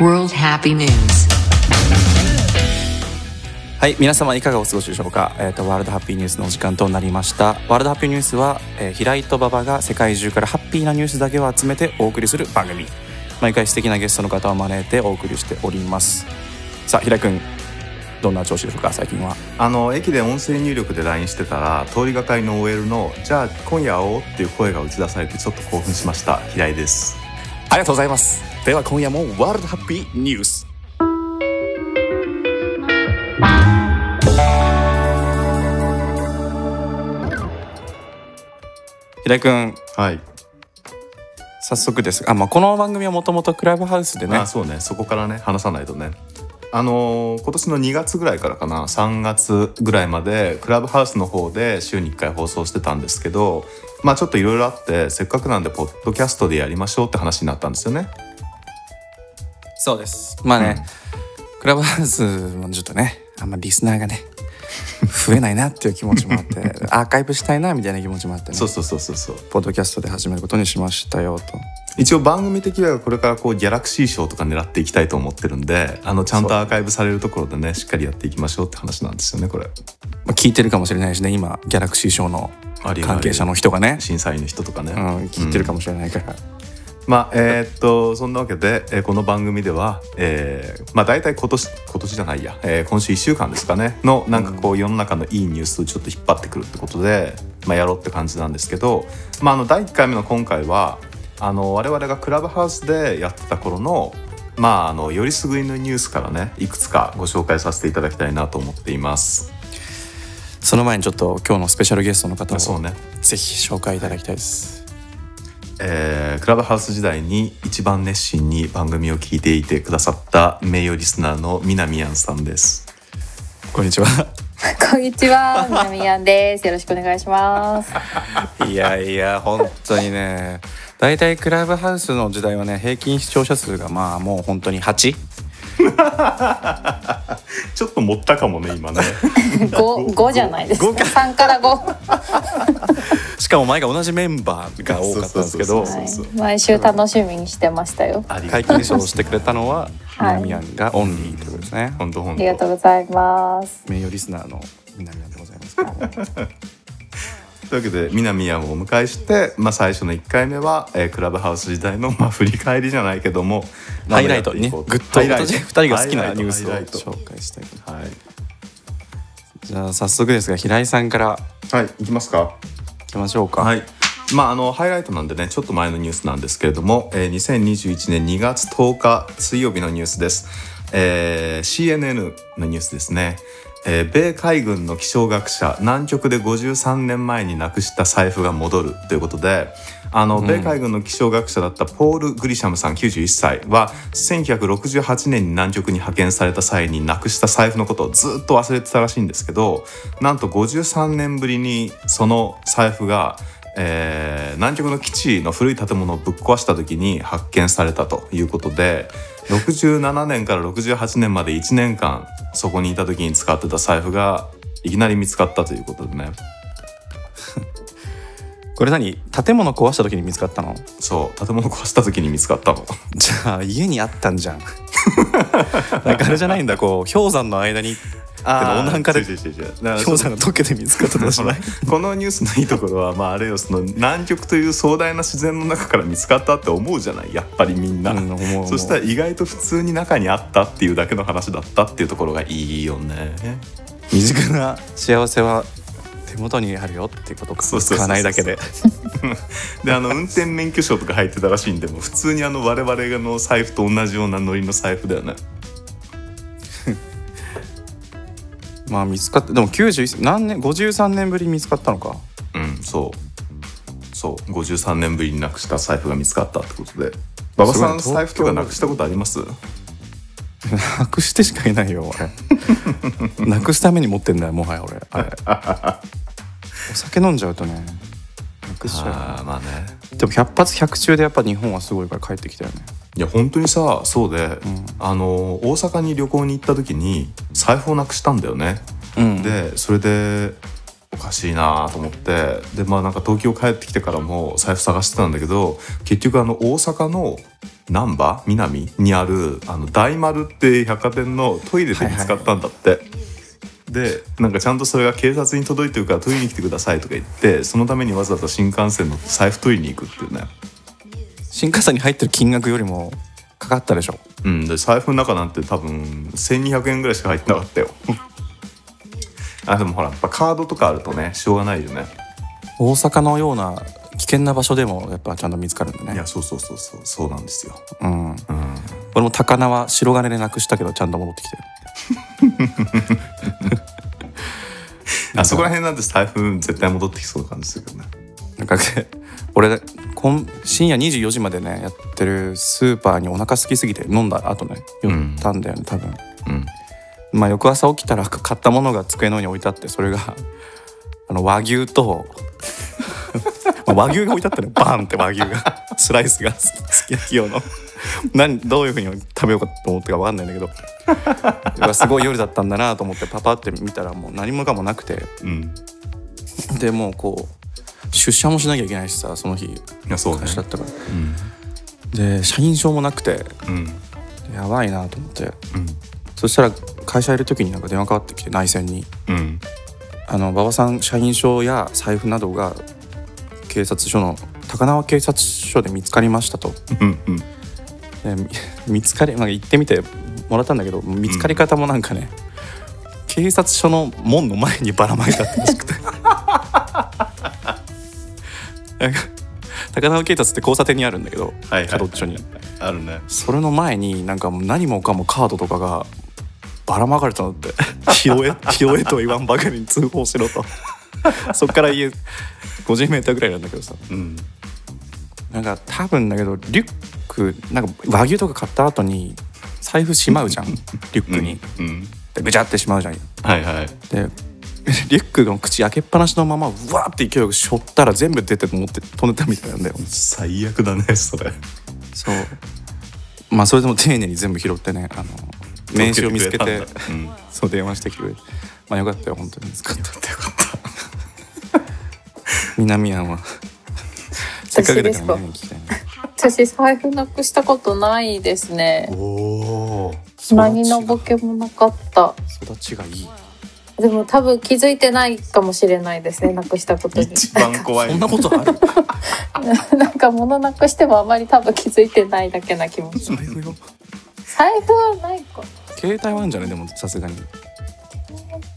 World Happy News. はい皆様いかがお過ごしでしょうか、えー、とワールドハッピーニュースのお時間となりましたワールドハッピーニュースは、えー平井と馬場が世界中からハッピーなニュースだけを集めてお送りする番組毎回素敵なゲストの方を招いてお送りしておりますさあ平井君どんな調子でしょうか最近はあの駅で音声入力で LINE してたら通りがかりの OL の「じゃあ今夜会おう」っていう声が打ち出されてちょっと興奮しました平井ですありがとうございますでは今夜もワールドハッピーニュース平井君はい早速ですが、あまあ、この番組はもともとクラブハウスでねあそうねそこからね話さないとねあのー今年の2月ぐらいからかな3月ぐらいまでクラブハウスの方で週に1回放送してたんですけどまあちょっといろいろあってせっかくなんでポッドキャストでやりましょうって話になったんですよねそうです。まあね、クラブハウスもちょっとね、あんまリスナーがね、増えないなっていう気持ちもあ って、アーカイブしたいなみたいな気持ちもあってね、そうそうそうそうそうポッドキャストで始めることにしましたよと。一応番組的にはこれからこうギャラクシー賞とか狙っていきたいと思ってるんであのちゃんとアーカイブされるところでねしっかりやっていきましょうって話なんですよねこれまあ、聞いてるかもしれないしね、今、ギャラクシー賞のありえる関係者の人がね、審査員の人とかね、うん、聞いてるかもしれないから。まあえーっとそんなわけで、えーこの番組では、えーまあ、大体今年今年じゃないや、えー今週1週間ですかねのなんかこう世の中のいいニュースをちょっと引っ張ってくるってことで、まあ、やろうって感じなんですけど、まあ、あの第1回目の今回はあの我々がクラブハウスでやってた頃のまああのよりすぐりのニュースからねいくつかご紹介させていただきたいなと思っています。その前にちょっと今日のスペシャルゲストの方そをうねぜひ紹介いただきたいです。えークラブハウス時代に一番熱心に番組を聞いていてくださった名誉リスナーの南やんさんです。こんにちは。こんにち は、南やんです。よろしくお願いし ます。いやいや本当にね大体クラブハウスの時代はね平均視聴者数がまあもう本当に8ちょっと持ったかもね 今ね。五、五じゃないですか。三から 五。はしかも前が同じメンバーが多かったんですけどそうそうい、毎週楽しみにしてましたよ。ありが解とう禁。賞してくれたのははい南アンがオンリーということですね、本当本ありがとう当。ございます。名誉リスナーの南アンでございますけどもというわけで南やんをお迎えして、まあ最初の一回目は、えークラブハウス時代のまあ振り返りじゃないけども、ハイライトにねまグあッとやって私い2こう人が好きなニュースをハイライトハイ紹介したいとライトじゃあ早速ですが平井さんからはいはい行きますか。いきましょうか、はい。まあ、あのハイライトなんでねちょっと前のニュースなんですけれども、えー、2021年2月10日水曜日のニュースです、えー CNN のニュースですね、えー米海軍の気象学者南極で53年前になくした財布が戻るということであの米海軍の気象学者だったポール・グリシャムさん91歳は1968年に南極に派遣された際になくした財布のことをずっと忘れてたらしいんですけどなんと53年ぶりにその財布がえー南極の基地の古い建物をぶっ壊した時に発見されたということで67年から68年まで1年間そこにいた時に使ってた財布がいきなり見つかったということでねこれ何建物壊した時に見つかったのそう建物壊した時に見つかったのじゃあ家にあったんじゃ んなんかあれじゃないんだこう氷山の間にあー温暖化で違う氷氷山が溶けて見つかったとしないこのニュースのいいところは、まあ、あれよその南極という壮大な自然の中から見つかったって思うじゃないやっぱりみん な、うん思う思うそしたら意外と普通に中にあったっていうだけの話だったっていうところがいいよね身近な幸せは手元にあるよっていうことかそうそうそうそう使わないだけで であの運転免許証とか入ってたらしいんでもう普通にあの我々の財布と同じようなノリの財布だよねまあ見つかってでも91何年53年ぶりに見つかったのかうんそうそう53年ぶりになくした財布が見つかったってことで馬場さんすごいね財布とかなくしたことありますなくしてしかいないよ 俺なくすために持ってんだよもはや俺 あれお酒飲んじゃうとねなくしちゃああまあねうでも100発100中でやっぱ日本はすごいから帰ってきたよねいや本当にさそうで、あの大阪に旅行に行った時に財布をなくしたんだよね、うんでそれでおかしいなと思ってでまあなんか東京帰ってきてからも財布探してたんだけど結局あの大阪の難波南にあるあの大丸って百貨店のトイレで見つかったんだって。でなんかちゃんとそれが警察に届いてるから取りに来てくださいとか言ってそのためにわざわざ新幹線の財布取りに行くっていうね新幹線に入ってる金額よりもかかったでしょうん、で財布の中なんて多分1200円ぐらいしか入ってなかったよ あでもほらやっぱカードとかあるとねしょうがないよね大阪のような危険な場所でもやっぱちゃんと見つかるんだいねやそうそうそうそうそうなんですよ、うんうん、俺も高菜は白金でなくしたけどちゃんと戻ってきてるあそこら辺なんて財布絶対戻ってきそうな感じするけどねなんか俺今深夜24時までねやってるスーパーにお腹空きすぎて飲んだ後ね寄ったんだよね、多分うんまあ翌朝起きたら買ったものが机の上に置いてあってそれがあの和牛と まあ和牛が置いてあったのよバーンって和牛がスライスがすき焼き用の何どういうふうに食べようかと思ったか分かんないんだけど うわすごい夜だったんだなと思ってパパって見たらもう何もかもなくてうんでもうこう出社もしなきゃいけないしさその日いやそうね会社だったからうんで社員証もなくてうんやばいなと思ってうんそしたら会社いる時になんか電話かかってきて内線にうん「あの馬場さん社員証や財布などが警察署の高輪警察署で見つかりましたと」うんうんでみ 見つかり、まあ、行ってみてもらったんだけど見つかり方もなんかね、警察署の門の前にばらまいたってら しくてなんか高輪警察って交差点にあるんだけどはいはい角っちょに。あるねそれの前になんかもう何もかもカードとかがばらまかれたのって 「拾え 拾え」と言わんばかりに通報しろとそっから家 50m ぐらいなんだけどさうんなんか多分だけどリュックなんか和牛とか買った後に財布しまうじゃんリュックにうんで ぐちゃってしまうじゃんはいはいでリュックの口開けっぱなしのままうわーって勢いよくしょったら全部出て持って飛んでたみたいなんだよ最悪だねそれそうまあそれでも丁寧に全部拾ってねあの名刺を見つけて届けくれたんだうん そう電話してきてくれてまあよかったよ本当に見つかった よかった南庵はせっかくだから南庵行きたいな私財布なくしたことないですね。おお何のボケもなかった。育ちがいいでも多分気づいてないかもしれないですね。なくしたことに。一番怖いそんなこと ある なんか物なくしてもあまり多分気づいてないだけな気もする。財布よ財布はないか。携帯はあるんじゃないでもさすがに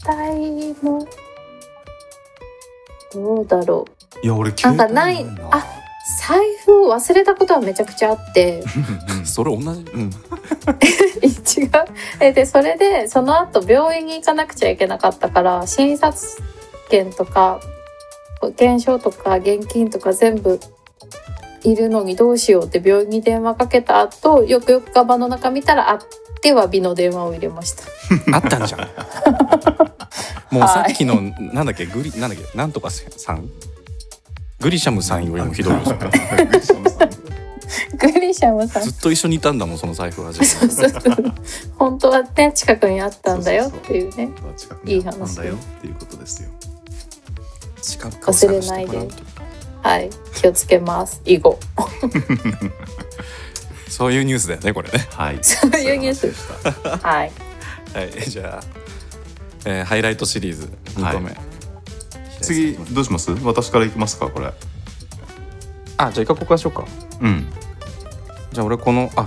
携帯もどうだろう。いや俺なんかない携帯あ財布を忘れたことはめちゃくちゃあ って。うんそれ同じうん違うえでそれでその後病院に行かなくちゃいけなかったから診察券とか保険証とか現金とか全部いるのにどうしようって病院に電話かけた後よくよくカバンの中見たらあっては美の電話を入れま したあったん じゃんもうさっきのなんだっけグリなんだっけなんとかさんグリシャムさんよりもひどい よずグリシャム さんっと一緒にいたんだもんその財 布はじゃあそうそうそう本当はね近くにあったんだよっていうねいい話なんだよっていうことですよ。近くを探してもらうとはい気をつけます以後そういうニュースだよねこれねはい。そういうニュースそういう話でしはい はい、じゃあ、えーハイライトシリーズ2個目、はいた次どうします？私から行きますかこれ。あじゃあ一回ここはしようかうん。じゃあ俺このあ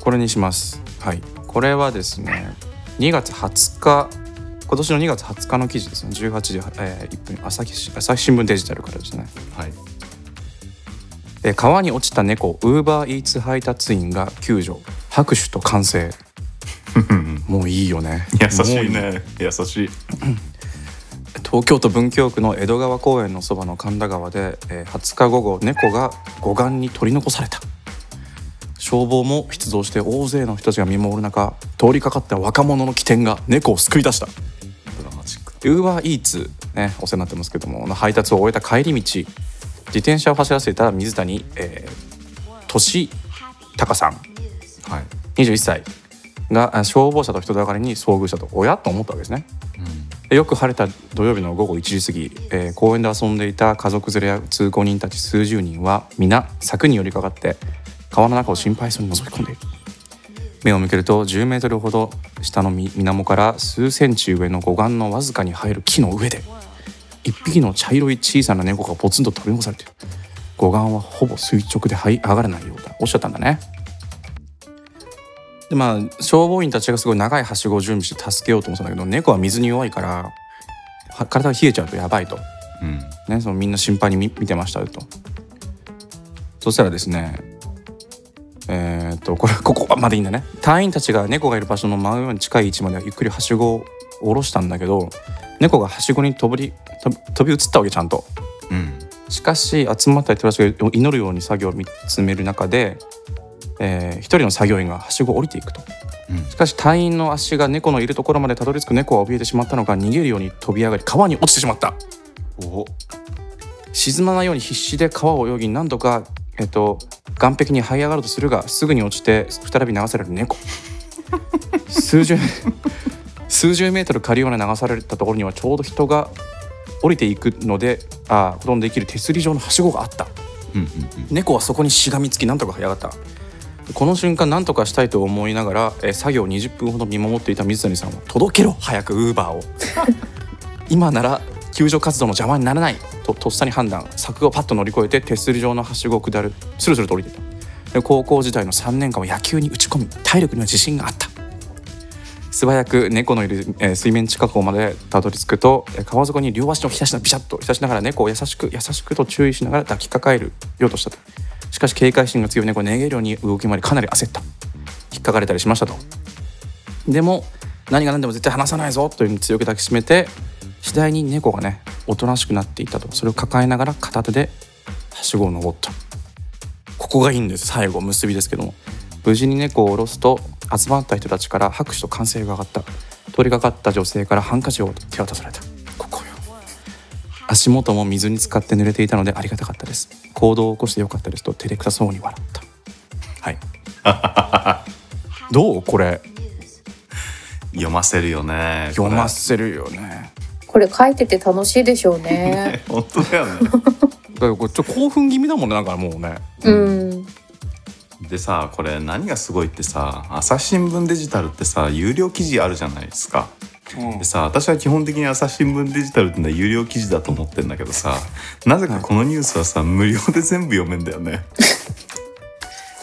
これにしますはいこれはですね2月20日今年の2月20日の記事ですね18時、えー1分朝日し朝日新聞デジタルからですねはい。えー川に落ちた猫ウーバーイーツ配達員が救助拍手と歓 声もういいよね優しいもうね。優しい。東京都文京区の江戸川公園のそばの神田川で、えー20日午後猫が護岸に取り残された消防も出動して大勢の人たちが見守る中通りかかった若者の起点が猫を救い出したドラマチック。ウーバーイーツねお世話になってますけどもの配達を終えた帰り道自転車を走らせていた水谷、えー、俊隆さんはい。 21歳があ消防車と人だかりに遭遇したと親と思ったわけですねうよく晴れた土曜日の午後1時過ぎ、えー公園で遊んでいた家族連れや通行人たち数十人は皆柵に寄りかかって川の中を心配そうに覗き込んでいる目を向けると10メートルほど下のみ水面から数センチ上の護岸のわずかに生える木の上で一匹の茶色い小さな猫がポツンと取り残されている護岸はほぼ垂直で這い上がらないようだおっしゃったんだねでまあ消防員たちがすごい長いはしごを準備して助けようと思ってたんだけど猫は水に弱いからは体が冷えちゃうとやばいと、うんね、そのみんな心配に見見てましたよとそしたらですねえーっとこれここまでいいんだね隊員たちが猫がいる場所の真上に近い位置までゆっくりはしごを下ろしたんだけど猫がはしごに飛び飛び飛び移ったわけちゃんと。うんしかし集まった人たちが祈るように作業を見つめる中で、えー一人の作業員がはしごを降りていくと、うんしかし隊員の足が猫のいるところまでたどり着く猫は怯えてしまったのか逃げるように飛び上がり川に落ちてしまったお沈まないように必死で川を泳ぎ何度か、えっと岸壁に這い上がろうとするがすぐに落ちて再び流される猫数十 数十メートル下流まで流されたところにはちょうど人が降りていくのであーほとんどできる手すり状のはしごがあったうんうん猫はそこにしがみつきなんとか早がったこの瞬間何とかしたいと思いながら、えー作業を20分ほど見守っていた水谷さんは「届けろ早くウーバーを」 「今なら救助活動の邪魔にならない」ととっさに判断柵をパッと乗り越えて手すり状のはしごを下るスルスルと降りていたで高校時代の3年間は野球に打ち込み体力には自信があった素早く猫のいる、えー水面近くまでたどり着くと、えー川底に両足のひたしなビシャッとひたしながら猫を優しく優しくと注意しながら抱きかかえるようとしたとしかし警戒心が強い猫は逃げるように動き回りかなり焦った引っかかれたりしましたとでも何が何でも絶対離さないぞというふうに強く抱きしめて次第に猫がねおとなしくなっていったとそれを抱えながら片手ではしごを登ったここがいいんです最後結びですけども無事に猫を下ろすと集まった人たちから拍手と歓声が上がった通りかかった女性からハンカチを手渡されたここよ足元も水に浸かって濡れていたのでありがたかったです行動を起こしてよかったですと照れくさそうに笑ったはい どうこれ読ませるよね読まこせるよねこれ書いてて楽しいでしょうね。 れ本当だよねだからこれちょっと興奮気味だもんねなんかもうねうん。でさこれ何がすごいってさ朝日新聞デジタルってさ有料記事あるじゃないですかでさ私は基本的に朝日新聞デジタルってのは有料記事だと思ってんだけどさなぜかこのニュースはさ無料で全部読めんだよね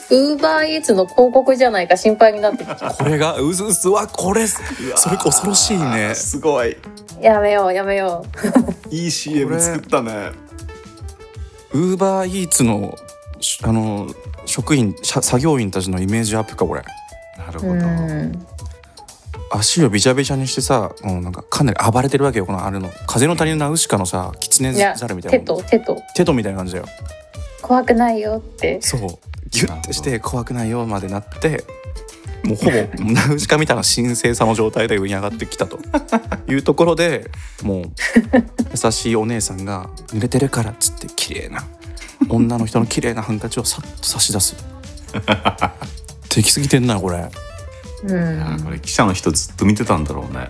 ウーバーイーツの広告じゃないか心配になってきた。これがう ずうずはこれそれ恐ろしいね すごいやめようやめよう。いい CM 作ったねウーバーイーツのしあの職員社作業員たちのイメージアップかこれなるほうど、ん。足をびちゃびちゃにしてさ、うん、なんかかなり暴れてるわけよこのあれの風の谷のナウシカのさキツネいやザルみたいな手と手とテトみたいな感じだよ怖くないよって。そうギュッてして怖くないよまでなってもうほぼナウシカみたいな神聖さの状態で上に上がってきたというところでもう優しいお姉さんが濡れてるからっつって綺麗な女の人の綺麗なハンカチをさっと差し出すできすぎてんなこれういやん。これ記者の人ずっと見てたんだろうね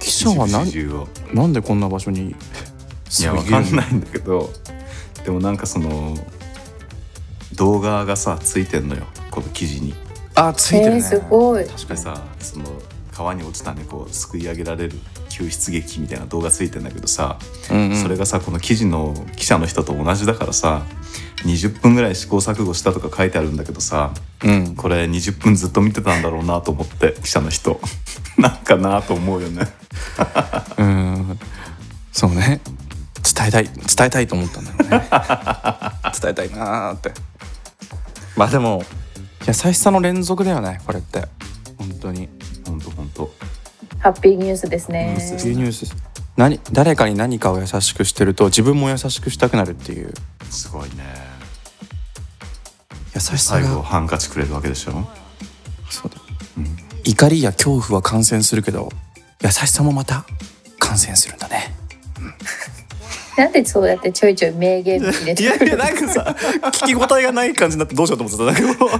記者は一部なん始終をなんでこんな場所にいやわかんないんだけどでもなんかその動画がさついてんのよこの記事にあついてるね、えーすごい確かでにささその川に落ちた猫をすくい上げられる救出劇みたいな動画ついてんだけどさ、うんうんそれがさこの記事の記者の人と同じだからさ20分ぐらい試行錯誤したとか書いてあるんだけどさうんこれ20分ずっと見てたんだろうなと思って記者の人 なんかなと思うよねうんそうね伝えたい伝えたいと思ったんだ ろうね伝えたいなーってまあでも優しさの連続だよねこれって本当にほんとほんとハッピーニュースですねニュー。スですいうニュースです何誰かに何かを優しくしてると自分も優しくしたくなるっていうすごいね優しさ最後がハンカチくれるわけでしょそうだ、怒りや恐怖は感染するけど優しさもまた感染するんだねなんでそうやってちょいちょい名言入れいてやくいやるのなんかさ聞き応えがない感じになってどうしようと思ってただけど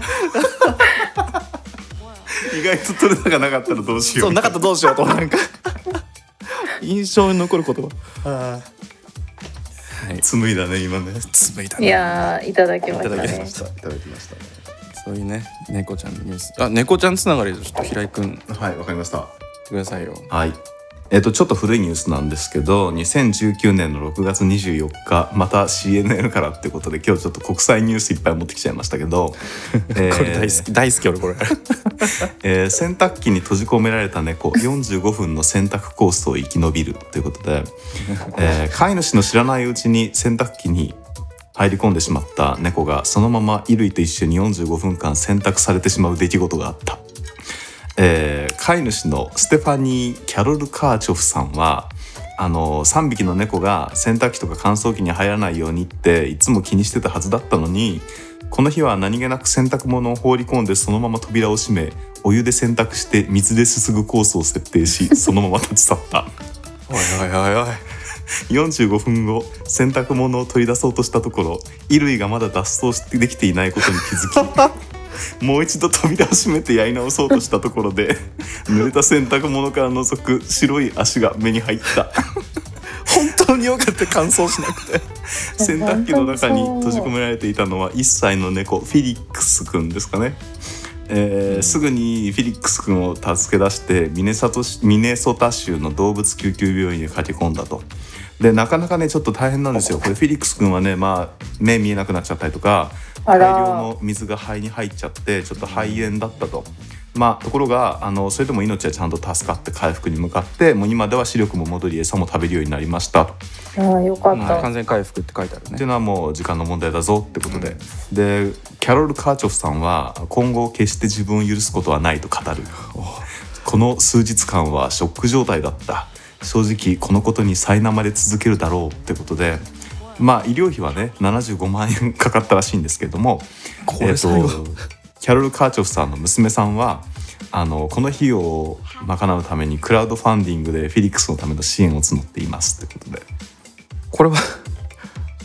意外と取れたがなかったらどうしそよううなかったらどうしようとなんか印象に残る言葉。あはい。 紡いだね今ねつぶ いたいね。やーいただきましたいただきまねしいただきましたねそういうね、猫ちゃんのニュース。あ、猫ちゃんつながりでちょっと平井くん、言ってはいわかりましたくださいよ。はい。えっと、ちょっと古いニュースなんですけど2019年の6月24日また CNN からってことで今日ちょっと国際ニュースいっぱい持ってきちゃいましたけど、 えーこれ大好き、大好き俺これ。 えー洗濯機に閉じ込められた猫45分の洗濯コースを生き延びるということで、えー 飼い主の知らないうちに洗濯機に入り込んでしまった猫がそのまま衣類と一緒に45分間洗濯されてしまう出来事があった、えー飼い主のステファニー・キャロル・カーチョフさんはあの3匹の猫が洗濯機とか乾燥機に入らないようにっていつも気にしてたはずだったのにこの日は何気なく洗濯物を放り込んでそのまま扉を閉めお湯で洗濯して水ですすぐコースを設定しそのまま立ち去った。おいおいおいおい。 45分後洗濯物を取り出そうとしたところ衣類がまだ脱走してできていないことに気づ きもう一度扉を閉めてやり直そうとしたところで濡れた洗濯物から覗く白い足が目に入った本当によかった、乾燥しなくて。洗濯機の中に閉じ込められていたのは1歳の猫フィリックスくんですかね、えーすぐにフィリックスくんを助け出してミネサトシミネソタ州の動物救急病院に駆け込んだと。でなかなかねちょっと大変なんですよこれフィリックスくんはねまあ目見えなくなっちゃったりとか大あ量らの水が肺に入っちゃってちょっと肺炎だったと。まあ、ところがあのそれでも命はちゃんと助かって回復に向かってもう今では視力も戻り餌も食べるようになりましたとあーよかっまあた完全回復って書いてあるっねてい。うのはもう時間の問題だぞってことで、でキャロル・カーチョフさんは今後決して自分を許すことはないと語るこの数日間はショック状態だった正直このことに苛まれ続けるだろうってことでまあ医療費はね75万円かかったらしいんですけれどもこれ最後えっとキャロル・カーチョフさんの娘さんはあのこの費用を賄うためにクラウドファンディングでフィリックスのための支援を募っていますってことで。これは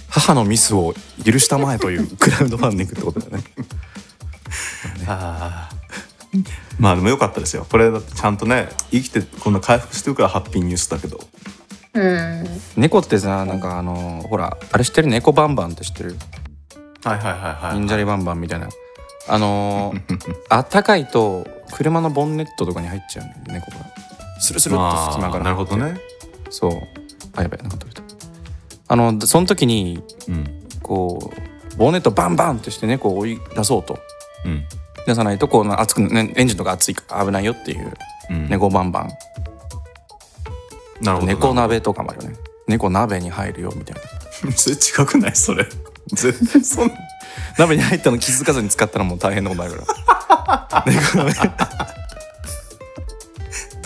母のミスを許したまえと いうクラウドファンディングってことだよね。ああまあでも良かったですよこれだってちゃんとね生きてこんな回復してるからハッピーニュースだけどうん猫ってさなんかあのほらあれ知ってる猫バンバンって知ってるはいはいはい忍者リバンバンみたいなあの ーあったかいと車のボンネットとかに入っちゃうんだよね猫がスルスルっと隙間からなるほどねそうあやばいなんか取れたあのその時にうんこうボンネットバンバンってして猫を追い出そうとうん出さないとこうな熱く、ね、エンジンとか熱いから危ないよっていううん猫バンバンなるほど猫鍋とかもあるよね猫鍋に入るよみたいなそれ違くないそれぜそん鍋に入ったの気づかずに使ったらもう大変なことになるから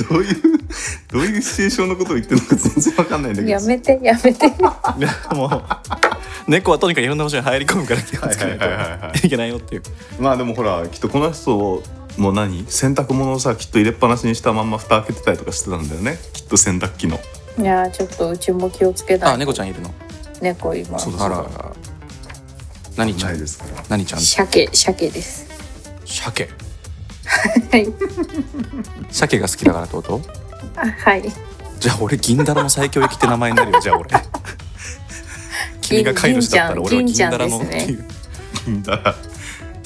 どういうどういうシチュエーションのことを言ってるのか全然わかんないんだけどやめてやめてねもう猫はとにかくいろんな場所に入り込むから気をはいつけはいないはいはいは といけないよっていういまあでもほらきっとこの人をもう何洗濯物をさきっと入れっぱなしにしたまんま蓋開けてたりとかしてたんだよねきっと洗濯機のいやーちょっとうちも気をつけなあい猫ちゃんいるの猫今そうだあらあら何ちゃないんですから何ちゃん鮭鮭です鮭はい鮭が好きだからってことあはいじゃあ俺銀だらの最強駅って名前になる よじゃあ俺君が飼い主だったら俺は銀だらのって銀ちゃんい銀う 金だら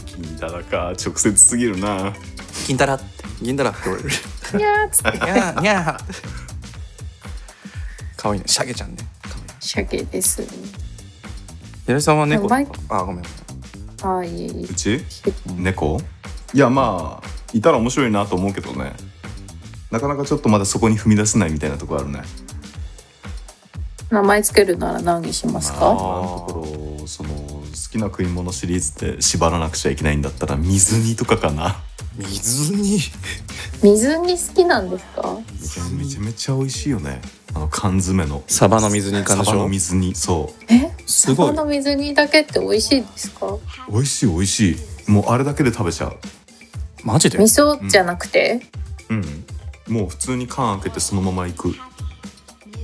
金だらか直接すぎるな銀だらって銀だらって俺いやーつってにゃーにゃーかわいいねシャケちゃんねかわいい鮭です平井さんは猫とうまいかあごめんはいうち猫いやまあいたら面白いなと思うけどねなかなかちょっとまだそこに踏み出せないみたいなとこあるね名前つけるなら何にします今かのところその好きな食い物シリーズで縛らなくちゃいけないんだったら水煮とかかな水に水煮好きなんですかめちゃめちゃ美味しいよねあの缶詰のサバの水煮缶でしょサバの水煮そえすごこいの水煮だけって美味しいですかう美味しい美味しいもうあれだけで食べちゃうマジで味噌じゃなくて、うんもう普通に缶開けてそのまま行く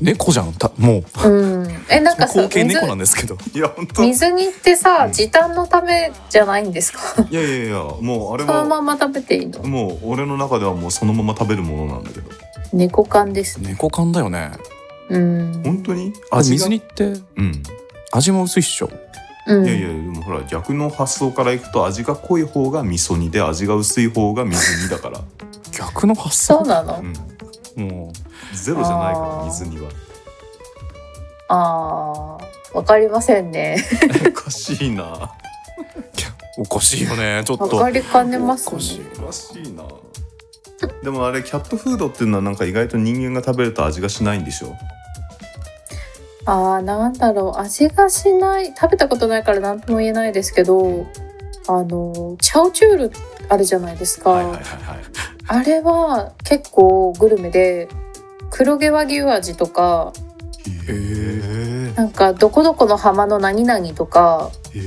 猫じゃんたもううん、えなんかさ後継水猫なんですけどいや本当い水煮ってさ時短のためじゃないんですかやいやいやもうあれそのはまま食べていいのもう俺の中ではもうそのまま食べるものなんだけど猫缶ですね猫缶だよねうん。本当にあ味水が煮ってうん味も薄いっしょうんいやいやでもほら逆の発想からいくと味が濃い方が味噌煮で味が薄い方が水煮だから、逆の発そう想なの、うん、もゼロじゃないかあーら水煮 はああ、わかりませんね。おかしいなうおかしいよねちょっわとかりかねますおかしいね。おかしいなでもあれキャットフードっていうのはなんか意外と人間が食べると味がしないんでしょああ、なんだろう。味がしない。食べたことないから何とも言えないですけど、あの、チャオチュールあるじゃないですか。はいはいはいはいあれは結構グルメで、黒毛和牛味とか、へなんかどこどこの浜の何々とか、えへ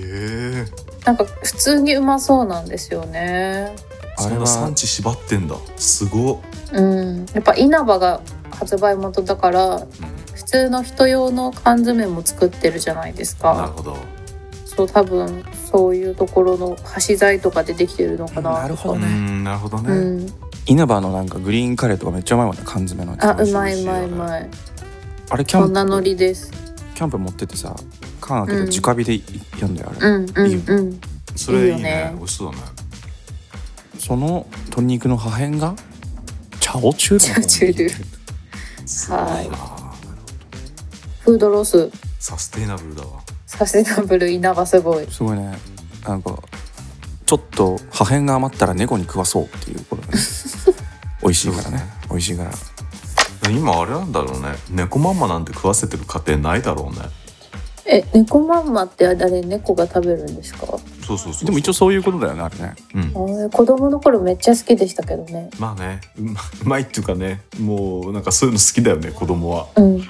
えなんか普通にうまそうなんですよね。そんな産地縛ってんだすごうん。やっぱ稲葉が発売元だから、うん普通の人用の缶詰も作ってるじゃないですなるか。ほどそう多分そういうところの端材とかでできてるのかな。なるほうどねんなるほどうねん。稲葉のなんかグリーンカレーとかめっちゃうまいもんね缶詰のやつあ美味うしましいうまいあれうまい。あれキこんなャノンプリです。キャンプ持ってってさ缶開けてうん直火でいやんだよあうれ、んうんうん。それいいいいよねね美味しそうだねその鶏肉の破片がチャオチュールの方にチャオチューはい。あーフードロスサステイナブルだわサステナブル稲葉すごい。すごいねなんかちょっと破片が余ったら猫に食わそうっていう ことね美味しいからね美味しいから今あれなんだろうね猫まんまなんて食わせてる家庭ないだろうねえ猫まんまってあれ猫が食べるんですか。そうそうそうそうでも一応そういうことだよねあれねうんあー子供の頃めっちゃ好きでしたけどね。まあねうまうまいっていうかねもうなんかそういうの好きだよね子供はうん。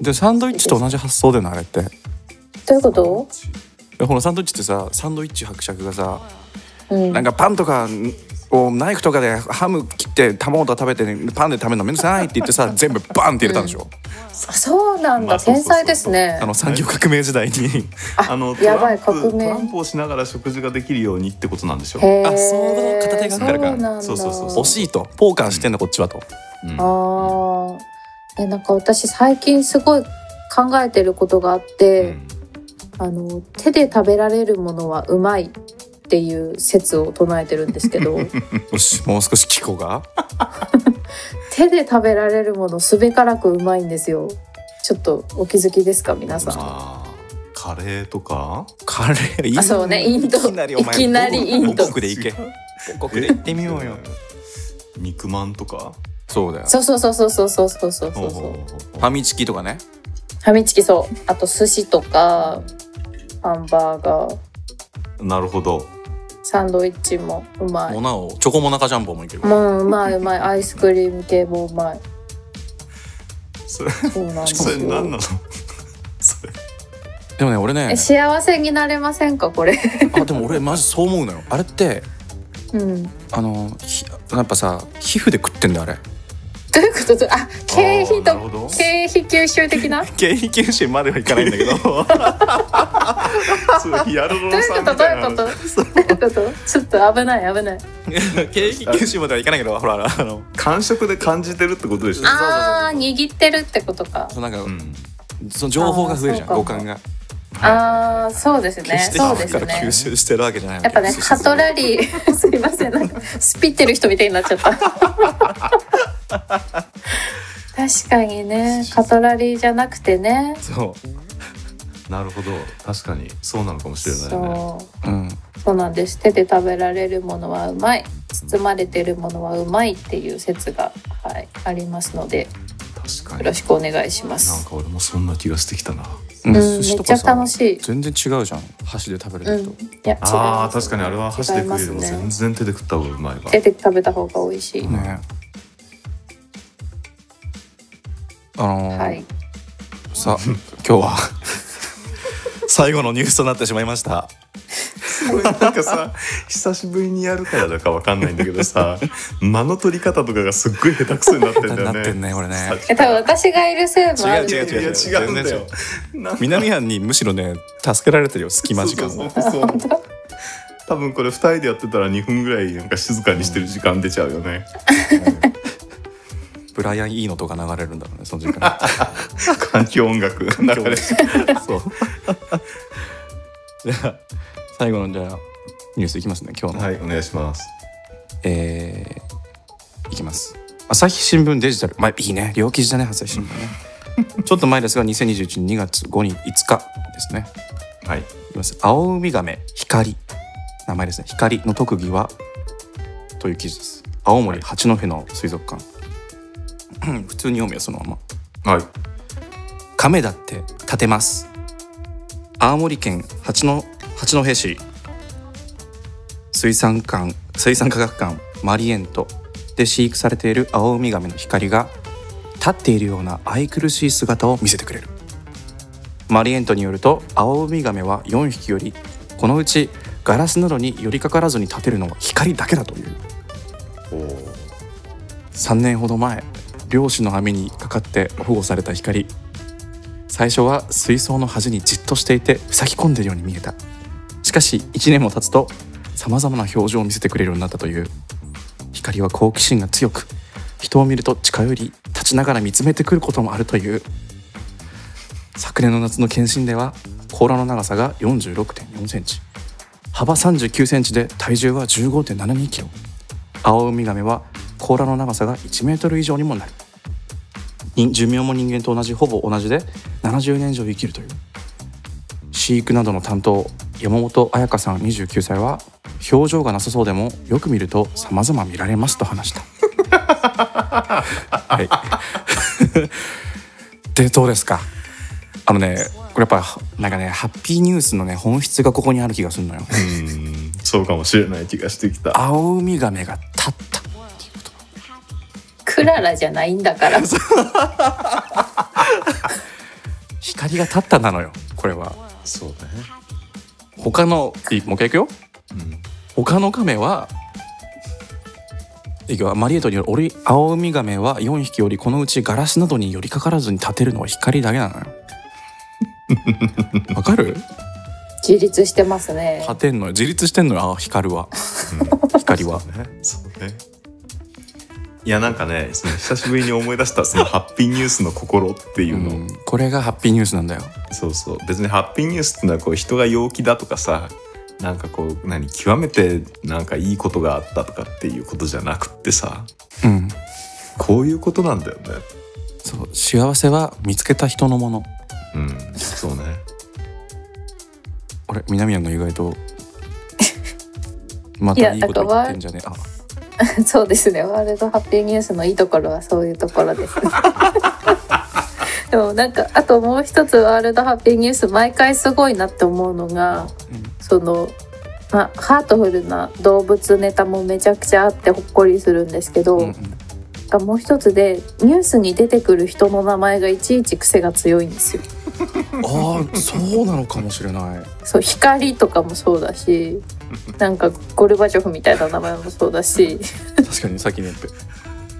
でサンドイッチと同じ発想だよねあれってどういうこと？でほらサンドイッチってさサンドイッチ伯爵がさうん。なんかパンとかをナイフとかでハム切って卵とか食べて、パンで食べるのめんどくさいって言って さ全部バンって入れたんでしょ、あそうなんまだあそうそ天うそう才ですねあ。の産業革命時代にあのト やばランいプ革ト命ランプをしながら食事ができるようにってことなんでしょう、へーあそう片手があったからかそそううなそんうそだうそう惜しいとポーカーしてんだこっちはとうん、ああ、えなんか私最近すごい考えてることがあっうて、んあの手で食べられるものはうまいっていう説を唱えてるんです けど、よしもう少し気候が手で食べられるものすべからくうまいんですよ。ちょっとお気づきですか皆さん。まあカレーとかカレーいいあそうねインドいきなりお前いきなりインド母国で行け母国で行ってみようよ肉まんとかそうだよそうそうそうそうそうそうそうそうほうそほうう。ほうファミチキとかねファミチキそう。あと寿司とかハンバーガー、なるほどサンドイッチもうまいモ。ナオチョコモナカジャンボもいけるもううまいうまいアイスクリーム系もうまいそれそうなんですそれ何なよのそれでもね俺ねえ幸せになれませんかこれ あでも俺マジそう思うのよあれってうんどあのひやっぱさ皮膚で食ってんだよあれういうことだあ経費あーなるほとど経費吸収 的など経費研修まではいかないんだけど それヒアルロういンうこ酸とみどうたいいうなことどういうこと ちょっと危ない危ない 経費研修まではいかないけどほらあの感触で感じてるってことでしょああ握ってるってことかそうなんか、うんその情報が増えるじゃんあーそ五うかも感がああそうです決ねしてそう皮膚でからすね吸収してるわけじゃないわけやっぱねそうそカうそうトラリー すいませんなんかスピってる人みたいになっちゃった確 かにねカトラリーじゃなくてねそうなるほど確かにそうなのかもしれないねそううんそうなんです手で食べられるものはうまい包まれてるものはうまいっていう説が、はい、ありますので確かよにろしくお願いしまなんすか俺もそんな気がしてきたなううんんめっちゃ楽しい全然違うじゃん箸で食べうるんのと、いや違いあまーす確かにあれは箸で食うよりも違います全ね然手で食った方がうまいわ手で食べた方が美味しい、ねあのーはいさ今日は最後のニュースとなってしまいましたこれなんかさ久しぶりにやるからだかわかんないんだけどさ間の取り方とかがすっごい下手くそになってんだなよっねてんねこれねえ多分私がいるせいもあるいや違違うう違う違う違うんだよ南藩にむしろね助けられてるよ隙間時間そうもそうそうそう多分これ2人でやってたら2分ぐらいなんか静かにしてる時間出ちゃうよね、ブライアン・イーノとか流れるんだろうねその時間環境音楽流れそうじゃあ 最後のじゃあニュースいきますね今日の、はいお願いしますえーいきます朝日新聞デジタルまあいいね両記事だね朝日新聞 ねちょっと前ですが2021年2月5日5日ですねはいいきます青海ガメ光名前ですね光の特技はという記事です青森八戸の水族館普通に読むよそのままはい亀だって立てます青森県八戸八戸市水産館水産科学館マリエントで飼育されている青ウミガメの光が立っているような愛くるしい姿を見せてくれるマリエントによると青ウミガメは4匹よりこのうちガラスなどに寄りかからずに立てるのは光だけだというおー3年ほど前漁師の網にかかって保護された光最初は水槽の端にじっとしていてふさぎ込んでいるように見えたしかし1年も経つとさまざまな表情を見せてくれるようになったという光は好奇心が強く人を見ると近寄り立ちながら見つめてくることもあるという昨年の夏の検診では甲羅の長さが4 6 4センチ幅3 9センチで体重は1 5 7 2キロ青ウミガメは甲羅の長さが1メートル以上にもなる人寿命も人間と同じほぼ同じで70年以上生きるという飼育などの担当山本彩香さん29歳は表情がなさそうでもよく見ると様々見られますと話 した、はい、 でどうですかあのねこれやっぱなんかねハッピーニュースのね本質がここにある気がするのようーんそうかもしれない気がしてきた青ウミガメが立ったっていうことクララじゃないんだ から。光が立ったなのよこれはそうね他のいもう一回いくようん他のカメはいくよマリエットによるオリ青ウミガメは4匹よりこのうちガラスなどに寄りかからずに立てるのは光だけなのよわかる自立してますね。立てんのよ自立してんのよあ光は光はそうねそうねいやなんかねその久しぶりに思い出したそのハッピーニュースの心っていうの、うんこれがハッピーニュースなんだよそうそう別にハッピーニュースってのはこう人が陽気だとかさなんかこう何極めてなんかいいことがあったとかっていうことじゃなくってさうんこういうことなんだよねそう幸せは見つけた人のものうんそうねあれ南野の意外とまいたやいいこと言ってんじゃねあ そうですね。ワールドハッピーニュースのいいところはそういうとこ ろです。でもなんかあともう一つワールドハッピーニュース毎回すごいなって思うのが、うんその、まあ、ハートフルな動物ネタもめちゃくちゃあってほっこりするんですけど、うんうんがもう一つでニュースに出てくる人の名前がいちいち癖が強いんですよ。あーそうなのかもしれないそう光とかもそうだしなんかゴルバチョフみたいな名前もそうだし確かにさっきのやって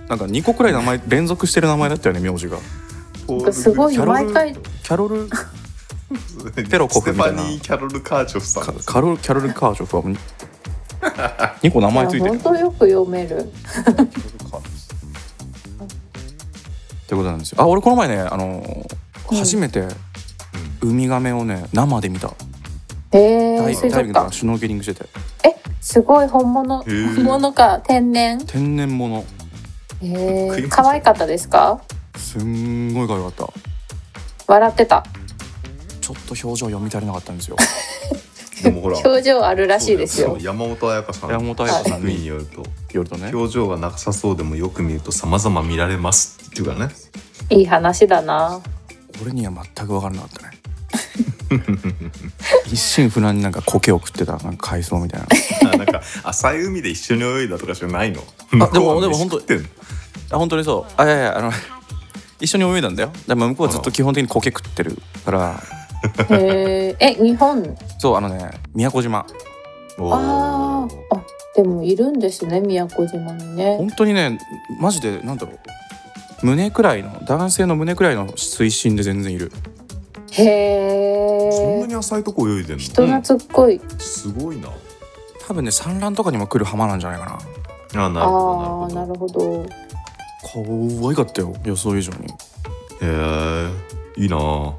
なんか2個くらい名前連続してる名前だったよね名字がなんかすごいキャロル毎回キャロルカペロコフみたいなステファニー・キャロル・カーチョフさんですカロルキャロルカーチョフは2個名前ついてる本当よく読める。ってことなんですよあ俺この前ねあのーうん初めてウミガメをね生で見たへダえイ水ダイビングと族か館シュノーケリングしててすごい本物へー本物か天然天然物へ食いえ物可愛かったですかすんごい可愛かった笑ってたちょっと表情読み足りなかったんですよでもほら表情あるらしいでそすうよだそう山本彩香さん山本彩香さんのにによるとよるとね表情がなさそうでもよく見ると様々見られますっていうから ねいい話 だな俺には全く分からなかったね一心不乱になんか苔を食ってたなんか海藻みたいなあなんか浅い海で一緒に泳いだとかじゃないのあでもでも本当食ってんのあ本当にそうあいやいやあの 一緒に泳いだんだよでも向こうはずっと基本的に苔食ってるからへええ日本そうあのね宮古島おーあーあでもいるんですね宮古島にね本当にねマジでなんだろう胸くらいの男性の胸くらいの水深で全然いるへそんなえに浅いとこ泳いでんの人懐っこいすごいな多分ね産卵とかにも来る浜なんじゃないかなあなるほどなるああほーどなるほど可愛かったよ予想以上にへえいいなあ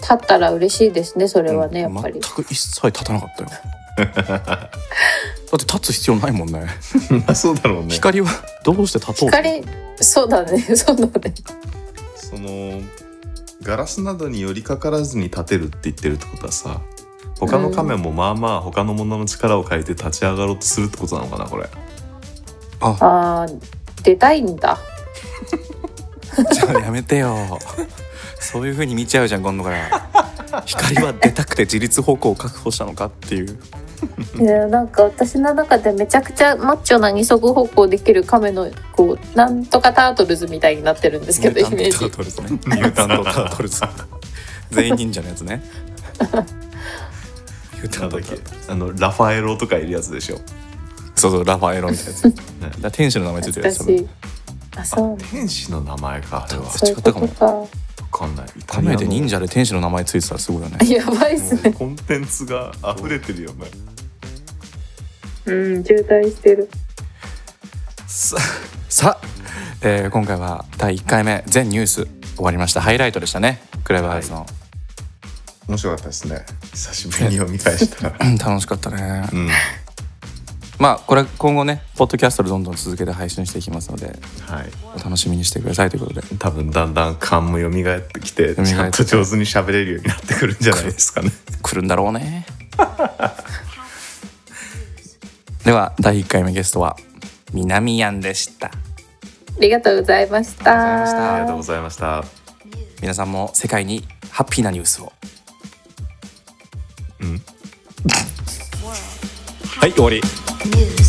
立ったら嬉しいですねそれはね、うんやっぱり全く一切立たなか ったよだって立つ必要ないもんねまあ そうだろうね光はどうして立とうと光そうだねそうだねそのガラスなどに寄りかからずに立てるって言ってるってことはさ他の仮面もまあまあ他のものの力を借りて立ち上がろうとするってことなのかなこれああー出たいんだじゃあやめてよそういう風に見ちゃうじゃん今度から光は出たくて自立方向を確保したのかっていういやなんか私の中でめちゃくちゃマッチョな二足歩行できる亀のこうなんとかタートルズみたいになってるんですけどイニメュータンージとタートルズねニュータンとタートルズ全員忍者のやつねニュータなンんだとタートっけルズあのラファエロとかいるやつでしょそうそうラファエロみたいなやつ、だから天使の名前ついてるやつ多分私あそう天使の名前かあれはそういうことかわかんないカメラで忍者者で天使の名前ついてたらすごいよね やばいっすねコンテンツが溢れてるよねうん渋滞してるささえー今回は第1回目全ニュース終わりましたハイライトでしたねクライブハウスの、面白かったですね久しぶりに読み返したらうん楽しかったねうんまあこれ今後ねポッドキャストでどんどん続けて配信していきますのではいお楽しみにしてくださいということで多分だんだん勘も蘇ってきて蘇ってちゃんと上手に喋れるようになってくるんじゃないですかね来るんだろうね では第1回目ゲストは南やんでしたありがとうございましたあありがとうございました皆さんも世界にハッピーなニュースをうんはい終わり news.